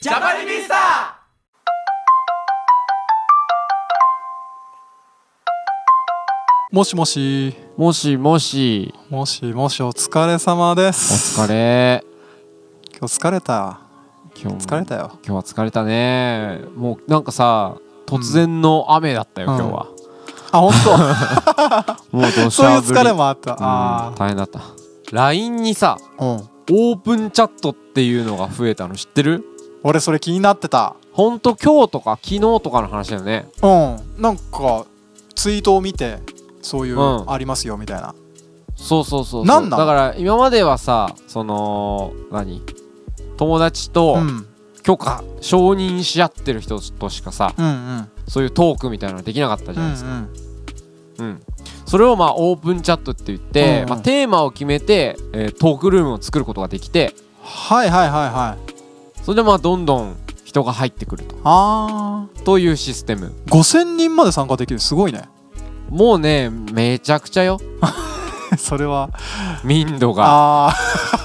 ジャパニビスターもしもしもしもし、もしもしお疲れ様でおす疲れ。今日疲れた今日も疲れたよ今日は疲れたね。もうなんかさ、突然の雨だったよ、うん今日は。あ本 もうど当うそういう疲れもあったああ大変だった。LINE にさ、ーうんオープンチャットっていうのが増えたの知ってる俺それ気になってたほんと今日とか昨日とかの話だよね。うんなんかツイートを見てそういううんありますよみたいなそうそうそうそう。なんなのだから今まではさ、その、何友達とうんうん許可、承認し合ってる人としかさ、うんそういうトークみたいなのできなかったじうゃないんですか。うん、それをまあオープンチャットって言って、うんまあ、テーマを決めて、えートークルームを作ることができてはいはいはいはいそれでまあどんどん人が入ってくるとあーというシステム5000人まで参加できるすごいね もうねめちゃくちゃよそれは民度があ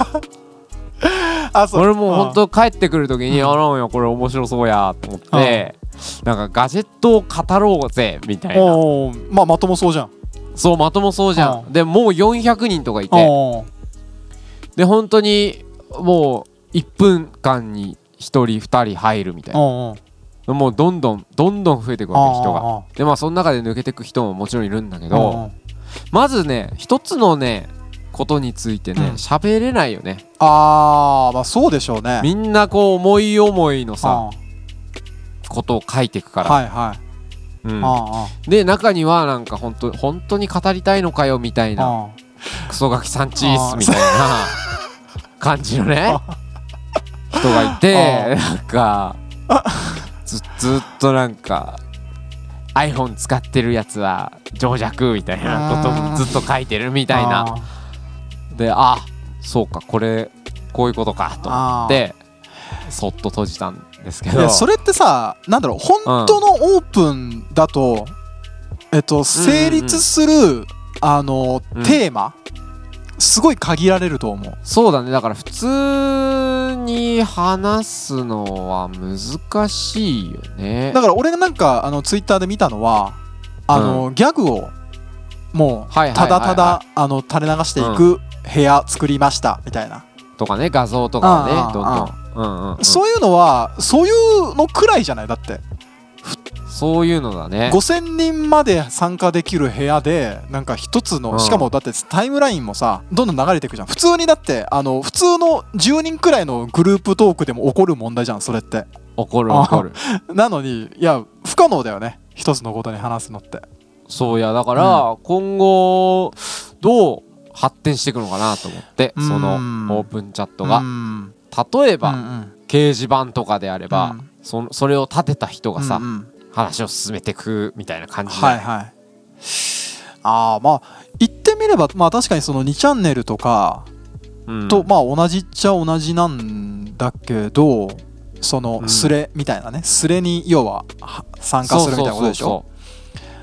ー あそう俺もうほんうんと帰ってくる時に「うあんらんよこれ面白そうや」と思ってなんかガジェットを語ろうぜみたいなおおまあまともそうじゃんそうまともそうじゃうんでもう400人とかいておーで本当にもう1分間に1人2人入るみたいなおーもうどんどんどんどん増えていくわけ人があでまあその中で抜けていく人ももちろんいるんだけーうんうどんまずね一つのねことについてうんね喋、れないよねあーまあそうでしょうねみんなこう思い思いのあさーことを書いていくから、はいはいうんあで中にはなんか本当本当に語りたいのかよみたいーなあクソガキさんチーあスーみたいな感じのね人がいてあなんかずずっとなんか iPhone 使ってるやつは情弱みたいなこともずっと書いてるみみたいなであそうかこれこういうことかと思ってそっと閉じたんですけいどやそれってさなんだろう本当のオープンだと、えっと成立する、あのうんテーマ、すごい限られると思うそうだねだから普通に話すのは難しいよねだから俺がなんかあのツイッターで見たのはあの、ギャグをもうはいはいはいはたいだただあの垂れ流していく部屋作りましたみたいな、とかね画像とかをねああどんどんうんうんうんそういうのはそういうのくらいじゃないだってそういうのだね5000人まで参加できる部屋でなんか一つの、うんしかもだってタイムラインもさどんどん流れていくじゃん普通にだってあの普通の10人くらいのグループトークでも起こる問題じゃんそれって 怒る怒るなのにいや不可能だよね一つのことに話すのってそうやだから今後どう発展していくのかなと思ってうんそのオープンチャットうがん例えうばんうん掲示板とかであればうんそのそれを立てた人がさうんうん話を進めていくみたいな感じはいではいああまあ言ってみればまあ確かにその2チャンネルとかうんとまあ同じっちゃ同じなんだけどそのうんスレみたいなねスレに要はは参加するみたいなことでしょそ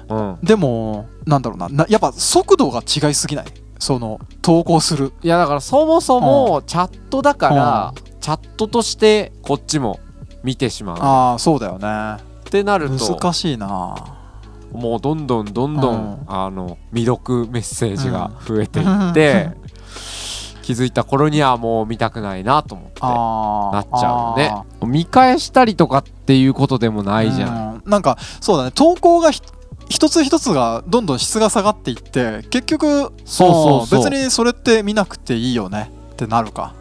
うそうそううんでもなんだろうななやっぱ速度が違いすぎないその投稿するいやだからそもそもチャットだからチャットとしてこっちも見てしまうああそうだよねってなると難しいなもうどんどんどんどん、うんあの未読メッセージが増えてい って、気づいた頃にはもう見たくないなと思ってなあっちゃうよねね見返したりとかっていうことでもないじゃん、んなんかそうだね投稿がひ一つ一つがどんどん質が下がっていって結局そうそうそう別にそれって見なくていいよねってなるか、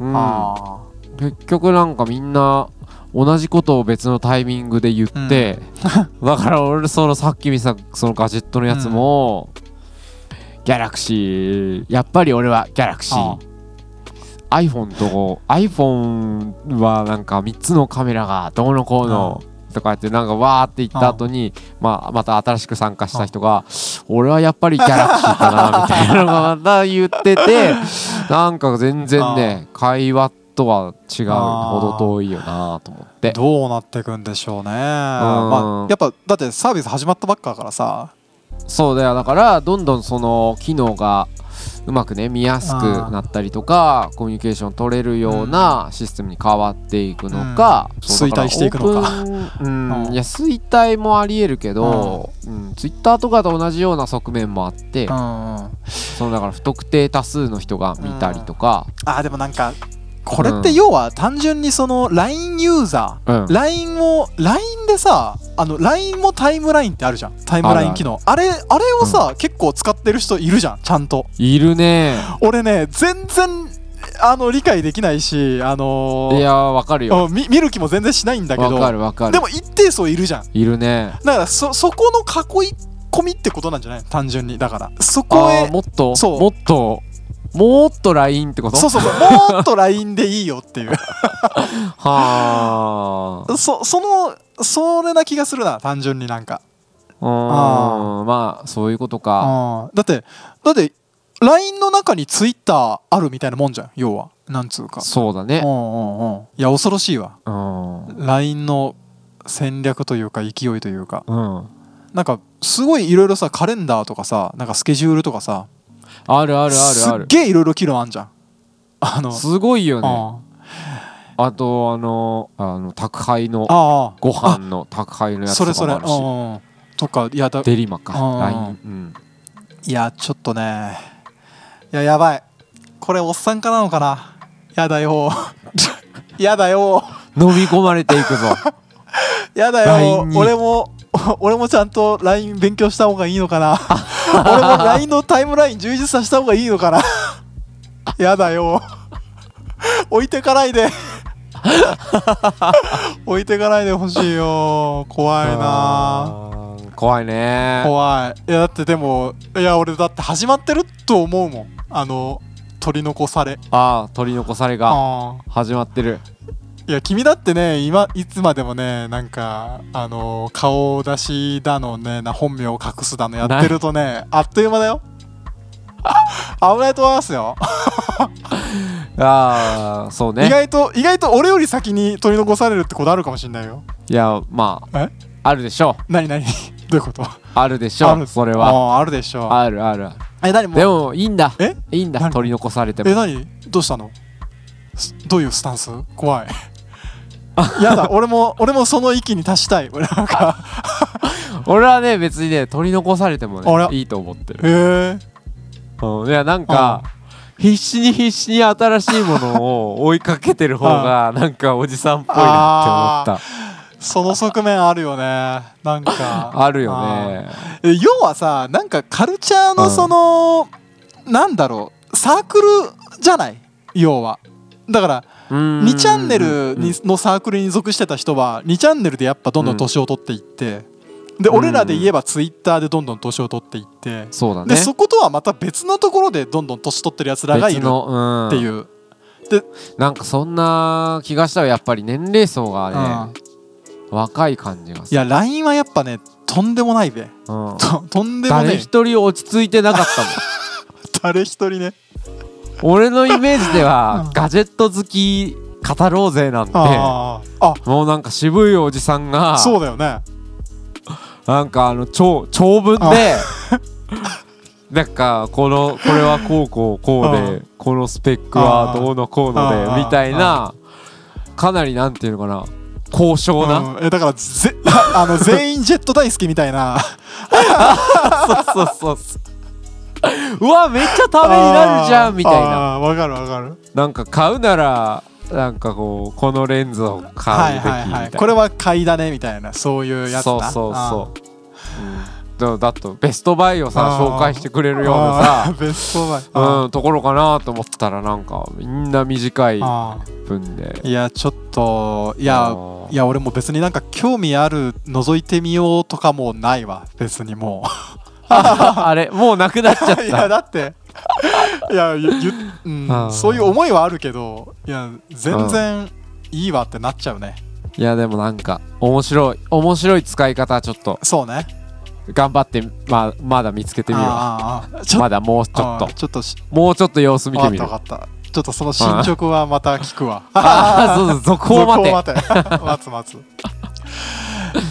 うんああ結局なんかみんな同じことを別のタイミングで言って、 だから俺そのさっき見せたそのガジェットのやつも、ギャラクシーやっぱり俺はギャラクシあー iPhone とこ iPhone はなんか3つのカメラがどうのこうのとかやってなんかわーって言った後にまあまた新しく参加した人が俺はやっぱりギャラクシーだなみたいなのがまた言っ ててなんか全然ね会話とは違うほど遠いよなと思ってどうなっていくんでしょうね、まあ、やっぱだってサービス始まったばっかだからさそうだよだからどんどんその機能がうまくね見やすくなったりとかコミュニケーション取れるようなシステムに変わっていくのか、うんそうだら衰退していくのかオープンううんんいや衰退もありえるけど、うんツイッターとかと同じような側面もあって、あそのだから不特定多数の人が見たりとか、ーでもなんかこれって要は単純にその LINE ユーザうんー LINE を LINE でさあの LINE もタイムラインってあるじゃんタイムライン機能あれあれをさ、結構使ってる人いるじゃんちゃんといるね俺ね全然あの理解できないしあのーいやわかるようんみ見る気も全然しないんだけわかどるわかるでも一定数いるじゃんいるねだからそそこの囲い込みってことなんじゃない単純にだからそこあへーもっとそうもっともっと LINE ってことそうそうそうもっと LINE でいいよっていう はあそそのそれな気がするな単純になんかうーんまあそういうことかうんだってだって LINE の中に Twitter あるみたいなもんじゃん要はなんつうかそうだうんねうんうんいや恐ろしいわうんうん LINE の戦略というか勢いというかあなんかすごいいろいろさカレンダーとかさなんかスケジュールとかさるあるあるあすっるげえいろいろ機能あんじゃんあのすごいよねああとあのあの宅配のあああご飯の宅配のやつそとれそかれもうあるんしうんとかいやだデリマかうん LINE うんいやちょっとねいややばいこれおっさん化なのかなやだよ やだよ飲み込まれていくぞやだよ LINE に俺も お俺もちゃんと LINE 勉強した方がいいのか な俺も LINE のタイムライン充実させた方がいいのかなやだよ置いてかない で置いてかないでほしいよ怖いなあー怖いね怖いいやだってでもいや俺だって始まってると思うもんあの取り残されああ取り残されがあ始まってるーいや君だってね今いつまでもねなんかあの顔出しだのねな本名を隠すだのやってるとねあっという間だよ あ危ないと思いますよ、ああそうね意外と意外と俺より先に取り残されるってことあるかもしんないよいやまあえあるでしょう何 何どういうことあるでしあょうるそれはあーあるでしょあるあるえ何もでもいいんだえいいんだ何取り残されてえも何どうしたのすどういうスタンス怖い やだ俺も俺もその域に達したい俺なんか俺はね別にね取り残されてもあらねいいと思ってるへえうんいやなんか必死に必死に新しいものを追いかけてる方がなんかおじさんっぽいなって思ったその側面あるよねなんかあるよねあーえ要はさなんかカルチャーうのんその、なんだろうサークルじゃない要はだから2 2チャンネルにのサークルに属してた人は2チャンネルでやっぱどんどん年を取っていって、で俺らで言えばツイッターでどんどん年を取っていって、そうだねでそことはまた別のところでどんどん年取ってるやつらがいる別っの、ていううんなんかそんな気がしたわやっぱり年齢層がね若い感じがすいやる LINE はやっぱねとんでもないべ うんととんでもね誰え一人落ち着いてなかったもん誰一人ね 俺のイメージではうんガジェット好き語ろうぜなんてあーあもうなんか渋いおじさんがそうだよねなんかあの長長文で なんかこのこれはこうこうこうでこのスペックはどうのこうのあでーみたいなかなりなんていうのかな高尚なうんえだからぜ あの全員ジェット大好きみたい な そうそうそううわめっちゃためになるじゃんみたいなあーわかるわかるなんか買うならなんかこうこのレンズをは買いうべきみはいたはいいなこれは買いだねみたいなそういうやつそうなそうあそう、うん、でもだとベストバイをさあー紹介してくれーるようなあさ ーベストバイあうん、ところかなと思ったらなんかみんな短いーあ分でーいやちょっといあやーいや俺も別になんか興味ある覗いてみようとかもないわ別にもあれもうなくなっちゃっう いやただ っていやゆゆ、うんあー、そういう思いはあるけどいや全然いいわってなっちゃうねいやでもなんか面白い面白い使い方ちょっとそうね頑張ってままだ見つけてみるわあーあーあーちょまだもうちょっあとーちょっとしもうちょっと様子見わかってみたるわかったちょっとその進捗はまた聞く わああそうそう続報待て 待て待つ待つい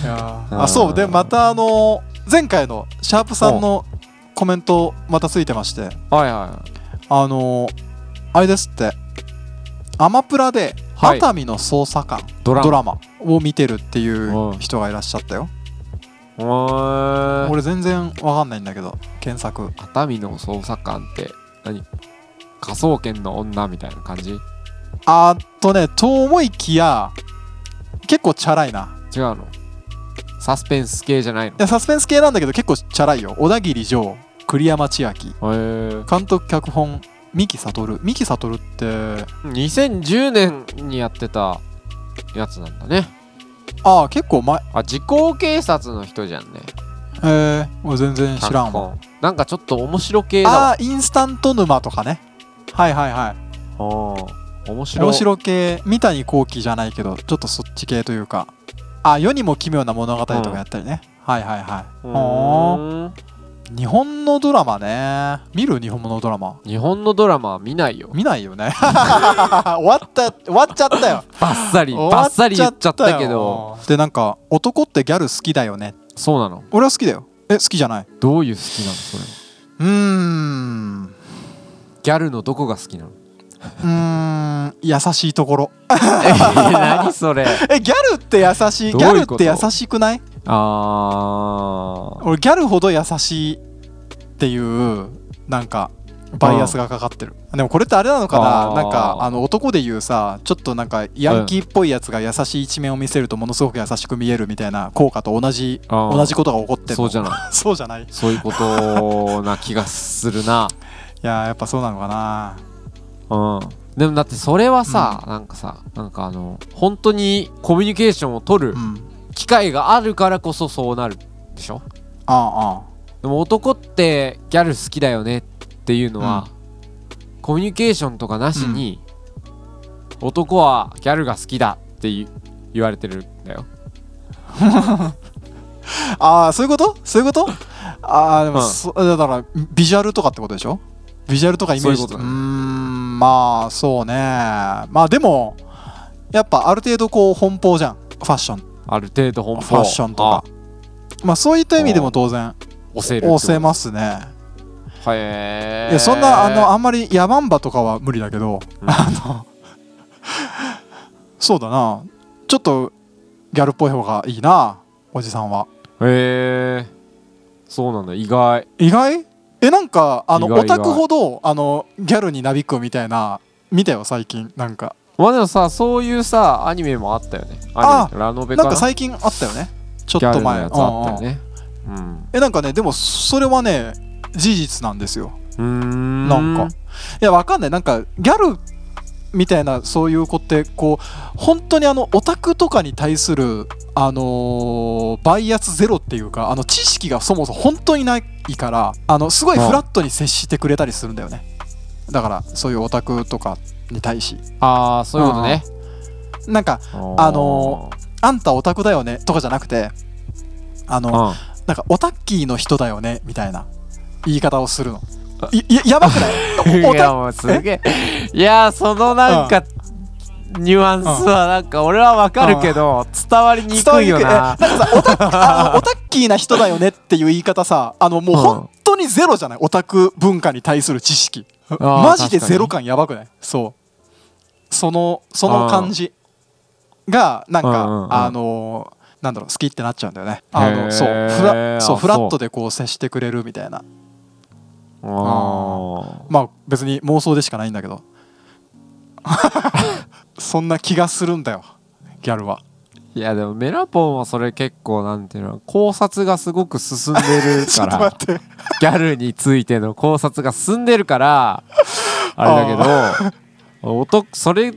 やーあーあそうでまたあの前回のシャープさんのコメントまたついてましてはいはいあのーあれですってアマプラではい熱海の捜査官、ドラマドラマを見てるっていううん人がいらっしゃったよ、うーん俺全然わかんないんだけど検索熱海の捜査官って何科捜研の女みたいな感じ違うあーっとねと思いきや結構チャラいなのサスペンス系じゃないのいやサスペンス系なんだけど結構チャラいよ小田切城栗山千明へえ監督脚本三木悟三木悟って2010年にやってたやつなんだねああ結構前あ時効警察の人じゃんねえー、俺全然知らんわ脚本なんかちょっと面白系だわああーインスタント沼とかねはいはいはいあー面白面白系三谷幸喜じゃないけどちょっとそっち系というかあ世にも奇妙な物語とかやったりね、はいはいはいうほーーん日本のドラマね見る日本のドラマ日本のドラマは見ないよ見ないよ ね終わった終わっちゃった よバッサリバッサリ言っちゃったけどでなんか男ってギャル好きだよねそうなの俺は好きだよえ好きじゃないどういう好きなのそれはうーんうギャルのどこが好きなのーん優しいところえ何それえギャルって優しいどうギャいルうことって優しくないあー俺ギャルほど優しいっていうなんかバイアスがかかってるでもこれってあれなのかあなーなんかあの男で言うさちょっとなんかヤンキーっぽいやつが優しい一面を見せるとものすごく優しく見えるみたいな効果と同じあー同じことが起こってるそうじゃないないそうじゃないいそういうことな気がするなやーやっぱそうなのかなうんでもだってそれはさ、なんかさなんかあの本当にコミュニケーションを取るうん機会があるからこそそうなるでしょあでも男ってギャル好きだよねっていうのは、コミュニケーションとかなしに、男はギャルが好きだって言う言われてるんだよああああそういうことそういうことああでも、うんそだからビジュアルとかってことでしょビジュアルとかイメージそういうことだうねーんまあそうねまあでもやっぱある程度こう奔放じゃんファッションある程度本ファッションとかまあそういった意味でも当然押せる押せますねすへえいやそんなあのあんまりヤマンバとかは無理だけど、うんあのそうだなちょっとギャルっぽい方がいいなおじさんはへえそうなんだ意外意外えなんかあの意外オタクほどあのギャルになびくみたいな見たよ最近なんかまあでもさそういうさアニメもあったよねアニメラノベなかんなか最近あったよねちょっギャとルの前やつあったようんうんねうんえなんかねでもそれはね事実なんですようーんなんかいやわかんないなんかギャルみたいなそういう子ってこう本当にあのオタクとかに対するあのーバイアスゼロっていうかあの知識がそもそも本当にないからあのすごいフラットに接してくれたりするんだよねだからそういうオタクとかに対しああそういうことねなんかあの「あんたオタクだよね」とかじゃなくてあのーなんかオタッキーの人だよねみたいな言い方をするのいいややばくないうんオいタやもうすげえいやそのなんかニュアンスはなんか俺はわかるけど伝わりにくいよ伝わりにくいなえなんかさオタッあ のオタッキーな人だよねっていう言い方さあのもううん本当にゼロじゃないオタク文化に対する知識あーマジで確かにゼロ感やばくないそうそのその感じがなんか、うんうんうんあのーなんだろう好きってなっちゃうんだよねあへのーそうフラあそうフラそッうトでこう接してくれるみたいなあまあ別に妄想でしかないんだ けどそんな気がするんだよギャルはーいやでもメラポンはそれ結構なんていうの考察がすごく進んで るちょかっとら待ってギャルについての考察が進んでるからあれだけど男それ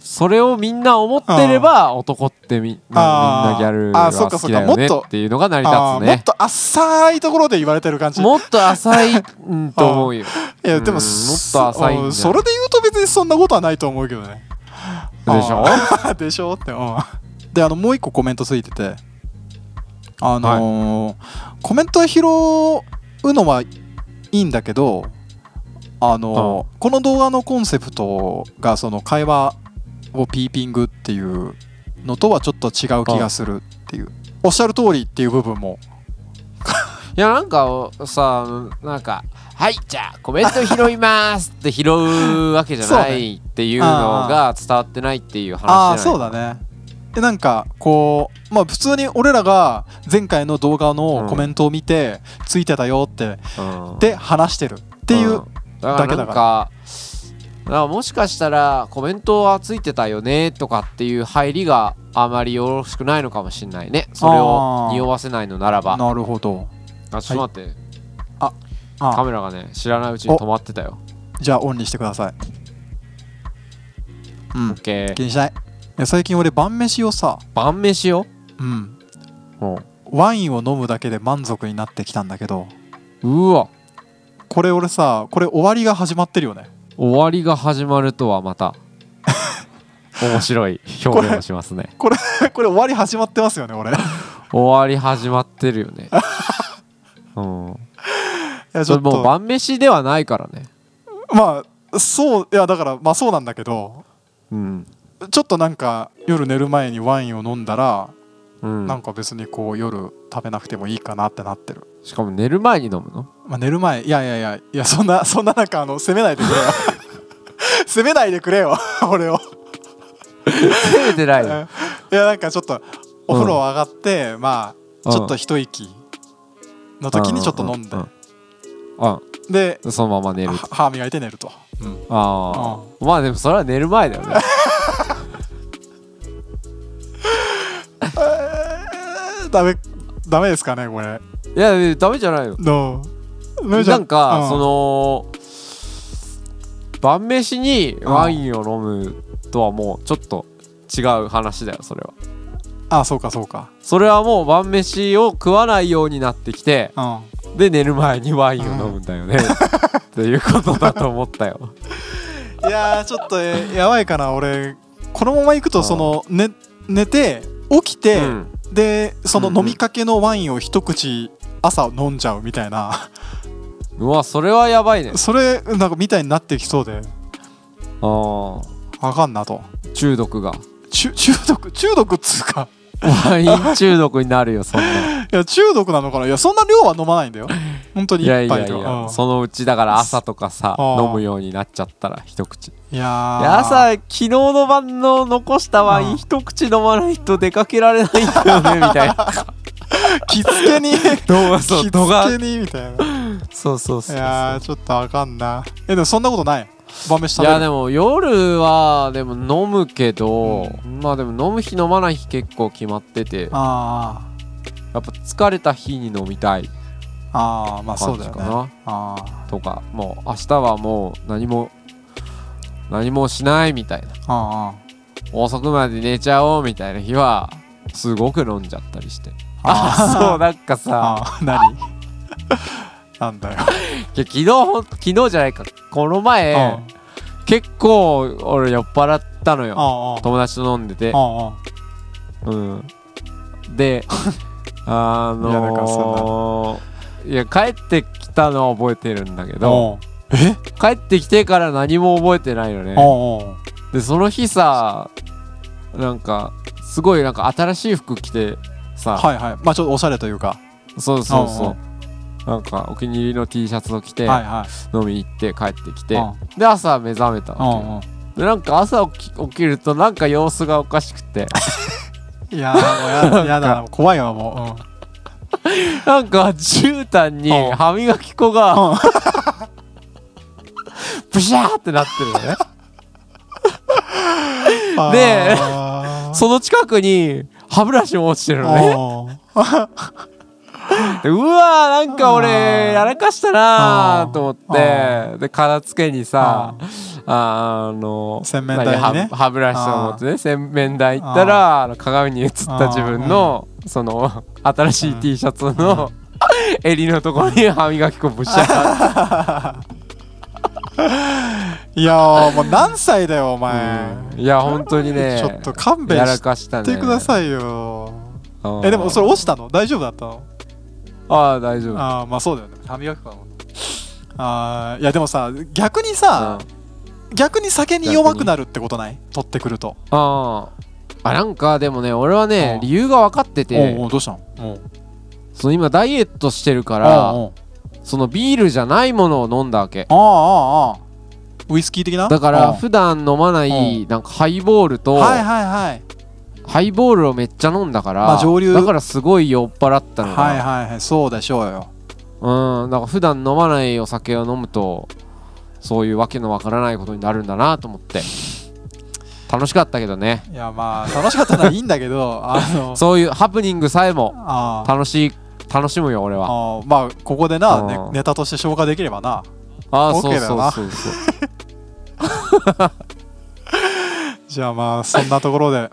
それをみんな思ってれば男ってみまああーみんなギャルあがーそっか好そきっだかよねもっとっていうのが成りあーもっ立と浅いところで言われてる感つじねもっと浅いんと思うよいやでもうんもっと浅いんじゃなういんそれで言うと別にそんなことはないと思うけどね でし ょあーでしょってうん であのもう一個コメントついててあのーコメントを拾うのはいいんだけどあのーこの動画のコンセプトがその会話をピーピングっていうのとはちょっと違う気がするっていうおっしゃる通りっていう部分もいやなんかさなんか「はいじゃあコメント拾います」って拾うわけじゃなそういっていうのが伝わってないっていう話じゃないああーそうだねでなんかこうまあ普通に俺らが前回の動画うんのコメントを見てついてたよってうんで話してるっていうんうだけだからなんかだからもしかしたらコメントはついてたよねとかっていう入りがあまりよろしくないのかもしれないねそれをあー匂わせないのならばなるほどあちょっと待って、カあメラがね知らないうちに止まってたよじゃあオンにしてくださいうオんッケー気にしないいや最近俺晩飯をさ晩飯ようんうんワインを飲むだけで満足になってきたんだけどうわこれ俺さこれ終わりが始まってるよね終わりが始まるとはまた面白い表現をしますねこれ これ終わり始まってますよね俺 い終わり始まってるよねうんやちそょれっもとう晩飯ではないからねまあそういやだからまあそうなんだけどうんちょっとなんか夜寝る前にワインを飲んだら、うんなんか別にこう夜食べなくてもいいかなってなってる、しかも寝る前に飲むのまあ、寝る前いやいやいやいやそんな そんななんかあの責めないでくれよ 責めないでくれよ 俺を食べてないいよやなんかちょっとお風呂上がって、まあちょっと一息の時にちょっと飲んで、うんあでそのまま寝るは歯磨いて寝ると、うんああまあでもそれは寝る前だよねえーダメダメですかねこれいやダメじゃないよどうダメじゃなんか、うんその晩飯にワインを飲むとはもうちょっと違う話だよそれはあそうかそうかそれはもう晩飯を食わないようになってきてうんで寝る前にワインを飲むんだ よね、っていうことだと思ったよいやーちょっとえやばいかな俺このまま行くとその、ね、寝て起きて、うんでそうんうんの飲みかけのワインを一口朝飲んじゃうみたいな うわそれはやばいねそれなんかみたいになってきそうであーあかんなと中毒が中中毒中毒っつうかワイン中毒になるよそんないや中毒なのかないやそんな量は飲まないんだよ本当にい一や杯い量やいやうんそのうちだから朝とかさあー飲むようになっちゃったら一口いやーいや朝昨日の晩の残したワイうンん一口飲まないと出かけられないんだよねみたいな 着付け にどう着付どがけにみたいなそうそうそうそういやーちょっとあかんなえでもそんなことない晩飯食べいるやでも夜はでも飲むけど、まあでも飲む日飲まない日結構決まっててやっぱあー疲れた日に飲みたいあーまあそう感だじよかねな、あとかもう明日はもう何も何もしないみたいなーあ遅くまで寝ちゃおうみたいな日はすごく飲んじゃったりしてーあーあそうなんかさあー何 なんだよ、いや昨日ほん昨日じゃないかこの前、あ結構俺酔っ払ったのよあー友達と飲んでてあーあうんで あいやなんかのーいや帰ってきたのは覚えてるんだけーどおうえ帰ってきてから何も覚えてないのねおうおうでその日さなんかすごいなんか新しい服着てさ、はいはいまあちょっとおしゃれというかそうそううんそううなんかお気に入りの T シャツを着てはいは飲み行って帰ってきいてで朝目覚めたうんわけよでなんか朝起き起きるとなんか様子がおかしくて うんいやーもうややだな怖いわもう、なんか絨毯にうん歯磨き粉がうん、 ブシャーってなってるのね であーその近くに歯ブラシも落ちてるのねおうでうわーなんか俺あーやらかしたなーと思あってで片付けにあさあーあの洗面台にね何歯歯ブラシを持ってね洗面台行ったらあの鏡に映った自分のその新しい T シャツの襟のところに歯磨き粉ぶっしゃいやーもう何歳だよお前、っていや本当にねちょっと勘弁やらしかしたねてくださいよ、うんえでもそれ落ちたの大丈夫だったのああ大丈夫ああまあそうだよね歯磨き粉だもんねああいやでもさ逆にさ、うん逆に酒に弱くなるってことない取ってくるとああなんかでもね俺はねうん理由が分かってておうおうどうしたのおうその今ダイエットしてるおかうらおうそのビールじゃないものを飲んだわけああああああウイスキー的なだかうらん普段飲まないなんかハイボールとはいはいはいハイボールをめっちゃ飲んだかまあら上流だからすごい酔っ払ったのはいがはいはいそうでしょうようんだから普段飲まないお酒を飲むとそういうわけのわからないことになるんだなと思って楽しかったけどねいやまあ楽しかったのはいいんだけどあのそういうハプニングさえもああ楽しい楽しむよ俺はああまあここでな、ねう、んネタとして消化できればなああ OK そうだそようなそうそうじゃあまあそんなところ で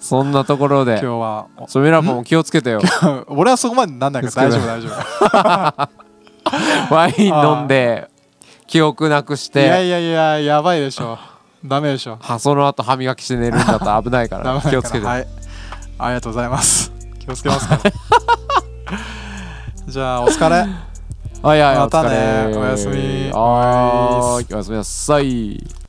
そんなところ今で日は ソメラポンも気をつけてよ俺はそこまでなんないから大 丈夫大丈夫 ワイン飲んで記憶なくしいやていやいややばいでしょダメでしょはその後歯磨きして寝るんだと危ないか ダメだらから気をつけてはいありがとうござい ます気をつけますからじゃあお疲れはいはい、またねお疲れおやすみはーい、おやすみなさい。